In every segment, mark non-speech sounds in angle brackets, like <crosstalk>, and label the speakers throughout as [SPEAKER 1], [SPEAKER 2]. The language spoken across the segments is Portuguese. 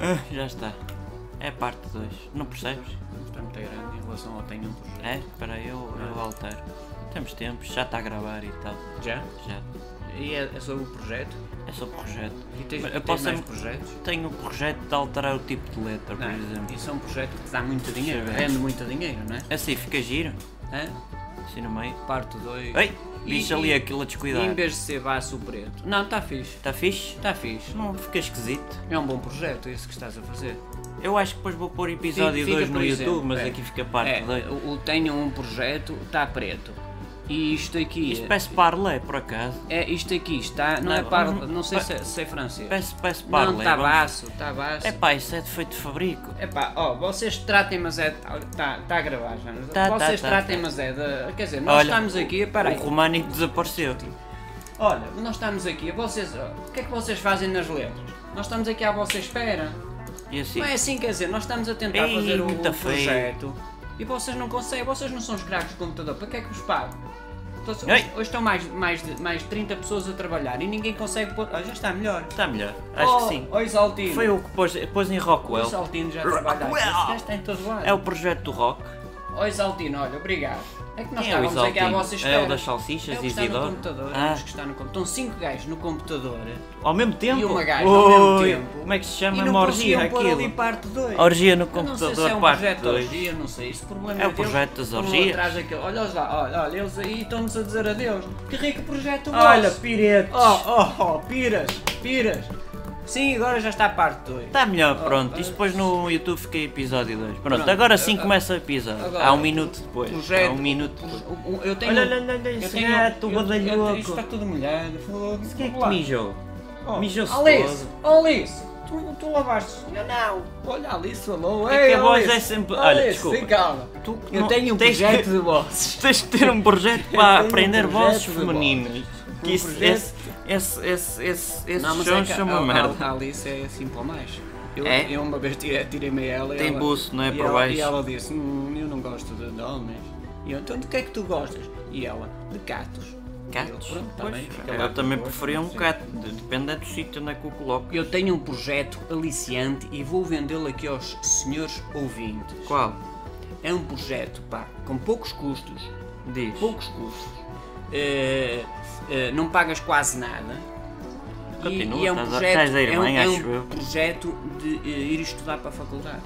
[SPEAKER 1] Ah, <laughs> já está. É parte 2. Não percebes?
[SPEAKER 2] Está muito grande em relação ao tenho um projeto.
[SPEAKER 1] É? Espera, eu, eu altero. Temos tempo, já está a gravar e tal.
[SPEAKER 2] Já?
[SPEAKER 1] Já.
[SPEAKER 2] E é, é sobre o projeto?
[SPEAKER 1] É só projeto.
[SPEAKER 2] E tens,
[SPEAKER 1] Mas
[SPEAKER 2] tens
[SPEAKER 1] posso
[SPEAKER 2] mais
[SPEAKER 1] em-
[SPEAKER 2] projetos?
[SPEAKER 1] Tenho o projeto de alterar o tipo de letra, por exemplo.
[SPEAKER 2] isso é um projeto que te dá muito dinheiro,
[SPEAKER 1] Deixa eu ver.
[SPEAKER 2] rende muito dinheiro, não é?
[SPEAKER 1] Assim, fica giro.
[SPEAKER 2] Hã?
[SPEAKER 1] Assim no meio.
[SPEAKER 2] Parte 2.
[SPEAKER 1] Ei! Diz ali aquilo a descuidar.
[SPEAKER 2] Em vez de ser baço preto. Não, está fixe.
[SPEAKER 1] Está fixe?
[SPEAKER 2] Está fixe.
[SPEAKER 1] Não fica esquisito.
[SPEAKER 2] É um bom projeto esse que estás a fazer.
[SPEAKER 1] Eu acho que depois vou pôr episódio
[SPEAKER 2] Fica,
[SPEAKER 1] 2 no
[SPEAKER 2] por exemplo,
[SPEAKER 1] YouTube, mas
[SPEAKER 2] é.
[SPEAKER 1] aqui fica parte
[SPEAKER 2] é,
[SPEAKER 1] 2.
[SPEAKER 2] o, o tenho um projeto, está preto. E isto aqui.
[SPEAKER 1] Isto parece parlé, por acaso.
[SPEAKER 2] é, isto aqui está. Não,
[SPEAKER 1] Não,
[SPEAKER 2] é par,
[SPEAKER 1] um-
[SPEAKER 2] não sei
[SPEAKER 1] pa-
[SPEAKER 2] se é, se é francês.
[SPEAKER 1] Parece, parece parlé.
[SPEAKER 2] não, tá está
[SPEAKER 1] vamos-
[SPEAKER 2] baço, está baço.
[SPEAKER 1] É pá, isso é defeito de fabrico.
[SPEAKER 2] Epá, ó, vocês tratem, mas é. Tá, tá a gravar, já. não-
[SPEAKER 1] Tá, tá,
[SPEAKER 2] vocês
[SPEAKER 1] tá,
[SPEAKER 2] tratem,
[SPEAKER 1] tá.
[SPEAKER 2] mas é de. Quer dizer, nós estamos aqui.
[SPEAKER 1] o-
[SPEAKER 2] Para aí.
[SPEAKER 1] O Românico desapareceu.
[SPEAKER 2] Olha, nós estamos aqui. Vocês. ó, o que é que vocês fazem nas letras? Nós estamos aqui à vossa espera.
[SPEAKER 1] E assim.
[SPEAKER 2] Não é assim, quer dizer, nós estamos a tentar
[SPEAKER 1] Ei,
[SPEAKER 2] fazer um,
[SPEAKER 1] muito
[SPEAKER 2] um
[SPEAKER 1] feio.
[SPEAKER 2] projeto e vocês não conseguem, vocês não são os craques do computador, para que é que vos pago? Então, se-
[SPEAKER 1] Ei.
[SPEAKER 2] hoje, hoje estão mais, mais, de- mais 30 pessoas a trabalhar e ninguém consegue pôr. Ah, já está melhor.
[SPEAKER 1] Está tá melhor. Acho
[SPEAKER 2] Oh,
[SPEAKER 1] que sim.
[SPEAKER 2] ó, Isaltino.
[SPEAKER 1] Foi o que pôs, pôs em Rockwell.
[SPEAKER 2] O Isaltino já
[SPEAKER 1] Rockwell.
[SPEAKER 2] trabalha. Este gajo está em todos lados.
[SPEAKER 1] É o projeto do rock.
[SPEAKER 2] Ó Isaltino, olha, obrigado. É que nós
[SPEAKER 1] Quem é o
[SPEAKER 2] estávamos aqui à
[SPEAKER 1] Isaltino?
[SPEAKER 2] vossa espera.
[SPEAKER 1] É o das salsichas,
[SPEAKER 2] É o que está no
[SPEAKER 1] Isidoro?
[SPEAKER 2] computador,
[SPEAKER 1] Ah.
[SPEAKER 2] é os que está no computador. Estão 5 gajos no computador
[SPEAKER 1] Ao mesmo tempo?
[SPEAKER 2] e uma gaja ao mesmo
[SPEAKER 1] Ui,
[SPEAKER 2] tempo.
[SPEAKER 1] Como é que se chama?
[SPEAKER 2] E
[SPEAKER 1] É
[SPEAKER 2] não
[SPEAKER 1] Uma orgia
[SPEAKER 2] conseguiam pôr ali
[SPEAKER 1] aquilo.
[SPEAKER 2] parte 2.
[SPEAKER 1] Orgia no
[SPEAKER 2] Eu não sei se
[SPEAKER 1] computador,
[SPEAKER 2] é um
[SPEAKER 1] parte
[SPEAKER 2] projeto de
[SPEAKER 1] 2.
[SPEAKER 2] orgia, não sei, isso o problema
[SPEAKER 1] É o
[SPEAKER 2] deles,
[SPEAKER 1] projeto das
[SPEAKER 2] estão lá
[SPEAKER 1] orgias.
[SPEAKER 2] atrás daquilo. Olha eles lá, olha, olha, eles aí estão-nos a dizer adeus. Que rico projeto
[SPEAKER 1] Olha,
[SPEAKER 2] vosso.
[SPEAKER 1] piretes.
[SPEAKER 2] Oh, oh, oh, piras, piras. Sim, agora já está a parte 2.
[SPEAKER 1] Está tá melhor, pronto.
[SPEAKER 2] olha.
[SPEAKER 1] Isto depois no YouTube fica episódio 2. Pronto,
[SPEAKER 2] Oh, Pronto,
[SPEAKER 1] agora sim
[SPEAKER 2] ah,
[SPEAKER 1] começa o episódio.
[SPEAKER 2] agora,
[SPEAKER 1] Há um minuto depois.
[SPEAKER 2] projeto-
[SPEAKER 1] Há um minuto depois.
[SPEAKER 2] Eu tenho... um-
[SPEAKER 1] Olha, olha, olha, olha,
[SPEAKER 2] eu
[SPEAKER 1] esse
[SPEAKER 2] tenho-
[SPEAKER 1] gato, o
[SPEAKER 2] eu- eu-
[SPEAKER 1] badalhoco.
[SPEAKER 2] Isto está tudo molhado.
[SPEAKER 1] Mas quem é que te mijou?
[SPEAKER 2] Oh.
[SPEAKER 1] Mijou-se
[SPEAKER 2] Alice,
[SPEAKER 1] todo.
[SPEAKER 2] Alice, tu, tu lavaste. Eu não. Olha, Alice falou.
[SPEAKER 1] É que
[SPEAKER 2] Ei,
[SPEAKER 1] a voz
[SPEAKER 2] Alice,
[SPEAKER 1] é sempre- olha,
[SPEAKER 2] Alice,
[SPEAKER 1] desculpa.
[SPEAKER 2] Fica calma.
[SPEAKER 1] Tu que
[SPEAKER 2] Eu
[SPEAKER 1] não-
[SPEAKER 2] tenho um
[SPEAKER 1] tens que-
[SPEAKER 2] projeto de vozes.
[SPEAKER 1] Tens de ter um projeto
[SPEAKER 2] Eu tenho
[SPEAKER 1] para
[SPEAKER 2] um
[SPEAKER 1] aprender
[SPEAKER 2] projeto
[SPEAKER 1] vozes
[SPEAKER 2] de
[SPEAKER 1] femininas.
[SPEAKER 2] vozes.
[SPEAKER 1] Que
[SPEAKER 2] Um
[SPEAKER 1] isso,
[SPEAKER 2] projeto-
[SPEAKER 1] esse, esse, esse, esse, esse
[SPEAKER 2] Não, mas
[SPEAKER 1] chão
[SPEAKER 2] é que a,
[SPEAKER 1] chama
[SPEAKER 2] a-
[SPEAKER 1] merda.
[SPEAKER 2] a Alice é assim para mais. Eu,
[SPEAKER 1] É?
[SPEAKER 2] eu uma vez tirei- tirei-me ela e
[SPEAKER 1] Tem
[SPEAKER 2] ela-
[SPEAKER 1] buço, não é?
[SPEAKER 2] e
[SPEAKER 1] Por
[SPEAKER 2] ela-
[SPEAKER 1] baixo.
[SPEAKER 2] E ela disse, hum, eu não gosto de de homens. E eu, então do que é que tu gostas? E ela, de gatos.
[SPEAKER 1] Gatos?
[SPEAKER 2] E eu, pronto, tá
[SPEAKER 1] Pois,
[SPEAKER 2] bem, fica lá
[SPEAKER 1] eu
[SPEAKER 2] com
[SPEAKER 1] também
[SPEAKER 2] o gosto,
[SPEAKER 1] preferia um
[SPEAKER 2] sim.
[SPEAKER 1] gato. de- Depende é do sítio onde é que o coloco.
[SPEAKER 2] Eu tenho um projeto aliciante e vou vendê-lo aqui aos senhores ouvintes.
[SPEAKER 1] Qual?
[SPEAKER 2] É um projeto, pá, com poucos custos,
[SPEAKER 1] Diz.
[SPEAKER 2] poucos custos, eh, eh, não pagas quase nada. E-
[SPEAKER 1] Continua,
[SPEAKER 2] e, é um
[SPEAKER 1] estás a-
[SPEAKER 2] projeto,
[SPEAKER 1] estás a ir
[SPEAKER 2] é um,
[SPEAKER 1] bem,
[SPEAKER 2] é um
[SPEAKER 1] acho eu.
[SPEAKER 2] projeto de eh, ir estudar para a faculdade.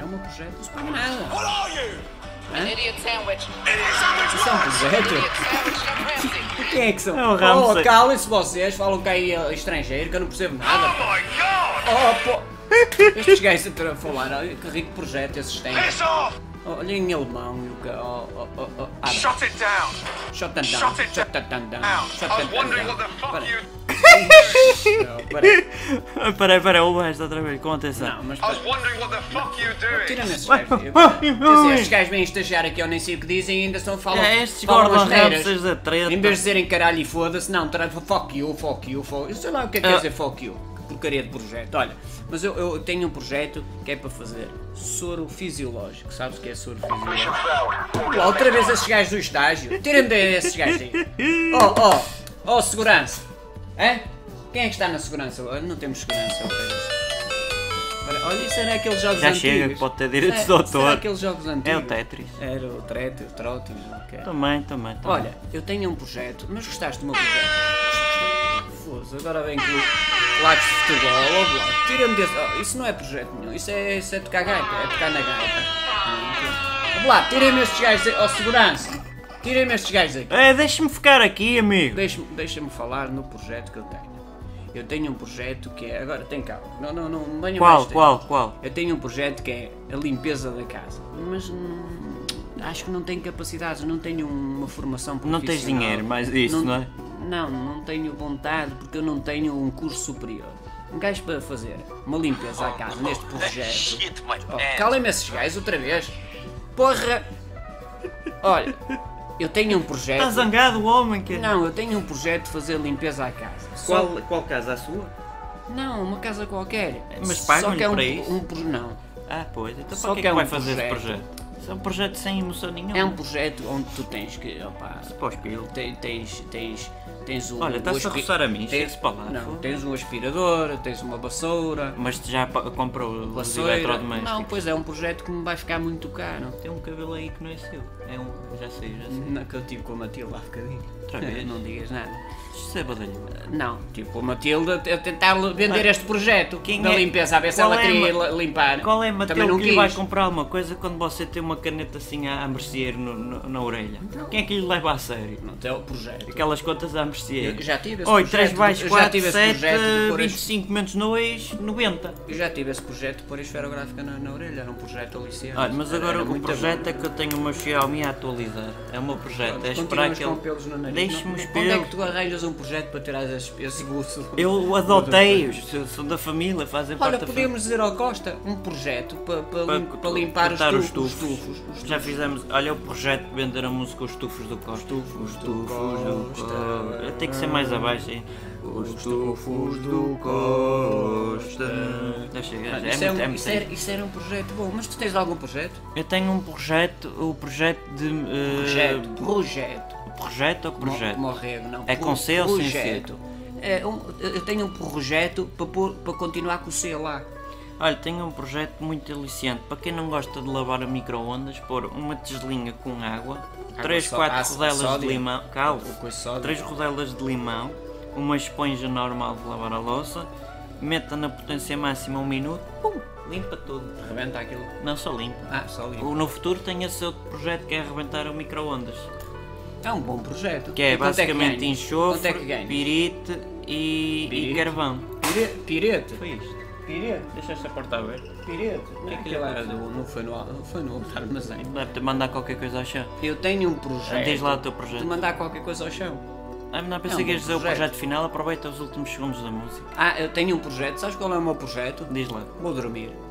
[SPEAKER 2] É um projeto, não se paga nada.
[SPEAKER 3] What are you?
[SPEAKER 2] Huh?
[SPEAKER 4] An idiot sandwich.
[SPEAKER 2] Isso é um projeto.
[SPEAKER 4] Idiot sandwich, no Pepsi.
[SPEAKER 2] Quem é que são?
[SPEAKER 1] É o Ramsey.
[SPEAKER 2] Oh, calem-se vocês, falam que aí é estrangeiro, que eu não percebo
[SPEAKER 3] Oh
[SPEAKER 2] nada.
[SPEAKER 3] my
[SPEAKER 2] Oh,
[SPEAKER 3] god!
[SPEAKER 2] pô. Estes gajos a falar, olha, que rico projeto esses têm.
[SPEAKER 3] Piss off!
[SPEAKER 2] Olha em alemão e o que. Oh, oh, oh, oh. Ah,
[SPEAKER 3] Shut it down!
[SPEAKER 2] Shut that down.
[SPEAKER 3] Shut it
[SPEAKER 2] Shut that down.
[SPEAKER 3] Out!
[SPEAKER 2] Shut
[SPEAKER 3] I
[SPEAKER 2] that
[SPEAKER 3] was wondering
[SPEAKER 2] down.
[SPEAKER 3] what the fuck
[SPEAKER 2] Peraí.
[SPEAKER 3] you.
[SPEAKER 2] Não,
[SPEAKER 1] <laughs>
[SPEAKER 2] peraí.
[SPEAKER 1] Peraí, peraí, ouve esta outra vez, com atenção.
[SPEAKER 2] Não, mas
[SPEAKER 3] I was
[SPEAKER 2] peraí.
[SPEAKER 3] wondering what the fuck you
[SPEAKER 2] Tira
[SPEAKER 3] doing.
[SPEAKER 2] nesses gajos. Eu- Quer dizer, estes gajos vêm estagiar aqui, eu nem sei o que dizem e ainda só falam.
[SPEAKER 1] É, estes
[SPEAKER 2] falam
[SPEAKER 1] Gordon
[SPEAKER 2] asneiras.
[SPEAKER 1] Ramsays da treta.
[SPEAKER 2] Em vez de dizerem caralho e foda-se, não, tra... fuck you, fuck you, fuck you. Eu sei lá o que é que
[SPEAKER 1] Ah.
[SPEAKER 2] quer dizer fuck you. Que porcaria de projeto. Olha, mas eu, eu tenho um projeto que é para fazer soro fisiológico. Sabes o que é soro fisiológico? Pô, outra vez esses gajos do estágio. Tirem-me desses gajos aí. Oh, oh, oh, segurança. Hã? Quem é que está na segurança? Oh, Não temos segurança. ó, Pedro. Olha, Olha, isso era aqueles jogos
[SPEAKER 1] Já
[SPEAKER 2] antigos.
[SPEAKER 1] chega, que pode ter direitos
[SPEAKER 2] Será-
[SPEAKER 1] de autor.
[SPEAKER 2] será aqueles jogos antigos.
[SPEAKER 1] É o Tetris.
[SPEAKER 2] Era o Tret, o Trotis, o que é.
[SPEAKER 1] Também, também, também.
[SPEAKER 2] Olha, eu tenho um projeto, mas gostaste do meu projeto? Foda-se, agora vem que o lado de futebol, ó, lá. tira-me desse. Oh, isso não é projeto nenhum, isso é, isso é tocar gaita, é tocar na gaita. Ó, lá, tira-me estes gajos, ó, segurança, tira-me estes gajos aqui.
[SPEAKER 1] É, deixa-me ficar aqui, amigo.
[SPEAKER 2] Deixa-me deixa-me falar no projeto que eu tenho. Eu tenho um projeto que é. Agora tem calma, não, não, não, não venham
[SPEAKER 1] Qual,
[SPEAKER 2] mais
[SPEAKER 1] qual, qual?
[SPEAKER 2] eu tenho um projeto que é a limpeza da casa, mas hum, acho que não tenho capacidades, não tenho uma formação
[SPEAKER 1] Não
[SPEAKER 2] profissional.
[SPEAKER 1] tens dinheiro, mais isso, não é?
[SPEAKER 2] Não, não tenho vontade porque eu não tenho um curso superior. Um gajo para fazer uma limpeza à casa neste projeto.
[SPEAKER 3] Shit, my
[SPEAKER 2] Oh,
[SPEAKER 3] pants.
[SPEAKER 2] Calem-me esses gajos outra vez. Porra! Olha, eu tenho um projeto.
[SPEAKER 1] Está Tá zangado o homem que é
[SPEAKER 2] Não, eu tenho um projeto de fazer limpeza à casa. Só-
[SPEAKER 1] Qual, qual casa? A sua?
[SPEAKER 2] Não, uma casa qualquer.
[SPEAKER 1] Mas
[SPEAKER 2] Só
[SPEAKER 1] pagam-lhe
[SPEAKER 2] que é um,
[SPEAKER 1] para isso?
[SPEAKER 2] um pro- Não.
[SPEAKER 1] Ah, pois. Então
[SPEAKER 2] Só
[SPEAKER 1] para que é
[SPEAKER 2] que
[SPEAKER 1] que
[SPEAKER 2] é
[SPEAKER 1] vai
[SPEAKER 2] um
[SPEAKER 1] fazer esse
[SPEAKER 2] projeto.
[SPEAKER 1] projeto? É um projeto sem emoção nenhuma.
[SPEAKER 2] É um projeto onde tu tens que. Opa,
[SPEAKER 1] Pô, espelho.
[SPEAKER 2] te- tens, tens, tens um.
[SPEAKER 1] Olha, estás-te
[SPEAKER 2] um
[SPEAKER 1] a roçar a mim, chega-se para lá.
[SPEAKER 2] Não, tens um aspirador, tens uma vassoura.
[SPEAKER 1] Mas tu já pa- comprou os
[SPEAKER 2] Vassoura.
[SPEAKER 1] eletrodomésticos.
[SPEAKER 2] Não, pois é um projeto que me vai ficar muito caro.
[SPEAKER 1] Tem um cabelo aí que não é seu. É um. Já sei, já sei.
[SPEAKER 2] Não, que eu tive com a Matilde há bocadinho.
[SPEAKER 1] <laughs> Outra vez?
[SPEAKER 2] Não digas nada.
[SPEAKER 1] Isto é badalho.
[SPEAKER 2] Não, tipo a Matilde a te- tentar vender este projeto
[SPEAKER 1] Quem
[SPEAKER 2] da
[SPEAKER 1] é-
[SPEAKER 2] limpeza, a ver se
[SPEAKER 1] qual
[SPEAKER 2] ela
[SPEAKER 1] é a
[SPEAKER 2] queria
[SPEAKER 1] Ma-
[SPEAKER 2] li- limpar.
[SPEAKER 1] Qual é a
[SPEAKER 2] Também não
[SPEAKER 1] Matilde que
[SPEAKER 2] quis.
[SPEAKER 1] lhe vai comprar alguma coisa quando você tem uma caneta assim à, à merceeiro no- no- na orelha?
[SPEAKER 2] Então.
[SPEAKER 1] Quem é que lhe leva a sério?
[SPEAKER 2] Não, tem o projeto.
[SPEAKER 1] Aquelas contas à merceeiro.
[SPEAKER 2] Eu já tive esse
[SPEAKER 1] Oi,
[SPEAKER 2] projeto,
[SPEAKER 1] 3 baixo
[SPEAKER 2] eu já
[SPEAKER 1] 4,
[SPEAKER 2] tive esse
[SPEAKER 1] 7,
[SPEAKER 2] projeto de pôr as-
[SPEAKER 1] 25 menos 2, 90.
[SPEAKER 2] Eu já tive esse projeto de pôr a esferográfica na, na orelha, era um projeto aliciante.
[SPEAKER 1] Olha, mas
[SPEAKER 2] Era-
[SPEAKER 1] agora
[SPEAKER 2] era
[SPEAKER 1] o
[SPEAKER 2] muito
[SPEAKER 1] projeto
[SPEAKER 2] bom.
[SPEAKER 1] é que eu tenho o meu Xiaomi a atualizar. É o meu projeto, é
[SPEAKER 2] Continuas
[SPEAKER 1] esperar que
[SPEAKER 2] com
[SPEAKER 1] ele.
[SPEAKER 2] pelos no nariz.
[SPEAKER 1] Deixe-me
[SPEAKER 2] Não-
[SPEAKER 1] os
[SPEAKER 2] Onde é que
[SPEAKER 1] pelos.
[SPEAKER 2] tu arranjas um projeto para tirar esse, esse buço?
[SPEAKER 1] Eu adotei-os, sou- são da família, fazem
[SPEAKER 2] Olha,
[SPEAKER 1] parte da
[SPEAKER 2] podíamos dizer ao Costa um projeto para, para,
[SPEAKER 1] Para
[SPEAKER 2] lim-
[SPEAKER 1] co-
[SPEAKER 2] para limpar os
[SPEAKER 1] cortar
[SPEAKER 2] tufos.
[SPEAKER 1] os tufos.
[SPEAKER 2] os tufos, os
[SPEAKER 1] Já
[SPEAKER 2] tufos.
[SPEAKER 1] fizemos, olha o projeto de vender a música Os Tufos do Costa. Os Tufos,
[SPEAKER 2] do Costa.
[SPEAKER 1] Tem que ser mais abaixo aí. Os Tufos do Costa. Deixa,
[SPEAKER 2] Mano,
[SPEAKER 1] é,
[SPEAKER 2] isso,
[SPEAKER 1] muito,
[SPEAKER 2] é
[SPEAKER 1] é
[SPEAKER 2] um,
[SPEAKER 1] muito
[SPEAKER 2] isso, é- era, isso era um projeto bom, mas tu tens algum projeto?
[SPEAKER 1] Eu tenho um projeto, o projeto de. eh,
[SPEAKER 2] Projeto, projeto.
[SPEAKER 1] Projeto ou
[SPEAKER 2] Mo-
[SPEAKER 1] projeto?
[SPEAKER 2] Morrego, não.
[SPEAKER 1] É
[SPEAKER 2] pro-
[SPEAKER 1] com C ou sem C?
[SPEAKER 2] projeto. É, um- eu tenho um projeto para, pôr- para continuar com o C lá.
[SPEAKER 1] Olha, tenho um projeto muito aliciante. Para quem não gosta de lavar a micro-ondas, pôr uma tigelinha com água, três,
[SPEAKER 2] só-
[SPEAKER 1] quatro
[SPEAKER 2] ácido,
[SPEAKER 1] rodelas
[SPEAKER 2] sódio.
[SPEAKER 1] de limão, calma,
[SPEAKER 2] Ou coisa sódio.
[SPEAKER 1] três rodelas de limão, uma esponja normal de lavar a louça, meta na potência máxima um minuto, pum, limpa tudo.
[SPEAKER 2] Rebenta aquilo.
[SPEAKER 1] Não só limpa.
[SPEAKER 2] Ah, só ali.
[SPEAKER 1] O- No futuro tem esse outro projeto que é arrebentar o micro-ondas,
[SPEAKER 2] É um bom projeto.
[SPEAKER 1] que é
[SPEAKER 2] E quanto
[SPEAKER 1] basicamente
[SPEAKER 2] ganhas? Quanto
[SPEAKER 1] enxofre,
[SPEAKER 2] é que ganhas?
[SPEAKER 1] pirite e, e
[SPEAKER 2] Pirite.
[SPEAKER 1] carvão.
[SPEAKER 2] Pire- Pirete.
[SPEAKER 1] Foi isto.
[SPEAKER 2] Pirete.
[SPEAKER 1] Deixa esta porta aberta.
[SPEAKER 2] Pirete. Não,
[SPEAKER 1] é que
[SPEAKER 2] aquilo
[SPEAKER 1] lhe
[SPEAKER 2] era
[SPEAKER 1] passa?
[SPEAKER 2] do- não foi no, não foi no é. outro armazém.
[SPEAKER 1] Deve te mandar qualquer coisa ao chão.
[SPEAKER 2] Eu tenho um projeto.
[SPEAKER 1] Diz lá o teu projeto.
[SPEAKER 2] De mandar qualquer coisa ao chão.
[SPEAKER 1] Ah, não,
[SPEAKER 2] É
[SPEAKER 1] pensei
[SPEAKER 2] um
[SPEAKER 1] que ias
[SPEAKER 2] bom
[SPEAKER 1] dizer o
[SPEAKER 2] projeto.
[SPEAKER 1] projeto final, aproveita os últimos segundos da música.
[SPEAKER 2] Ah, eu tenho um projeto. Sabes qual é o meu projeto?
[SPEAKER 1] Diz lá.
[SPEAKER 2] Vou dormir.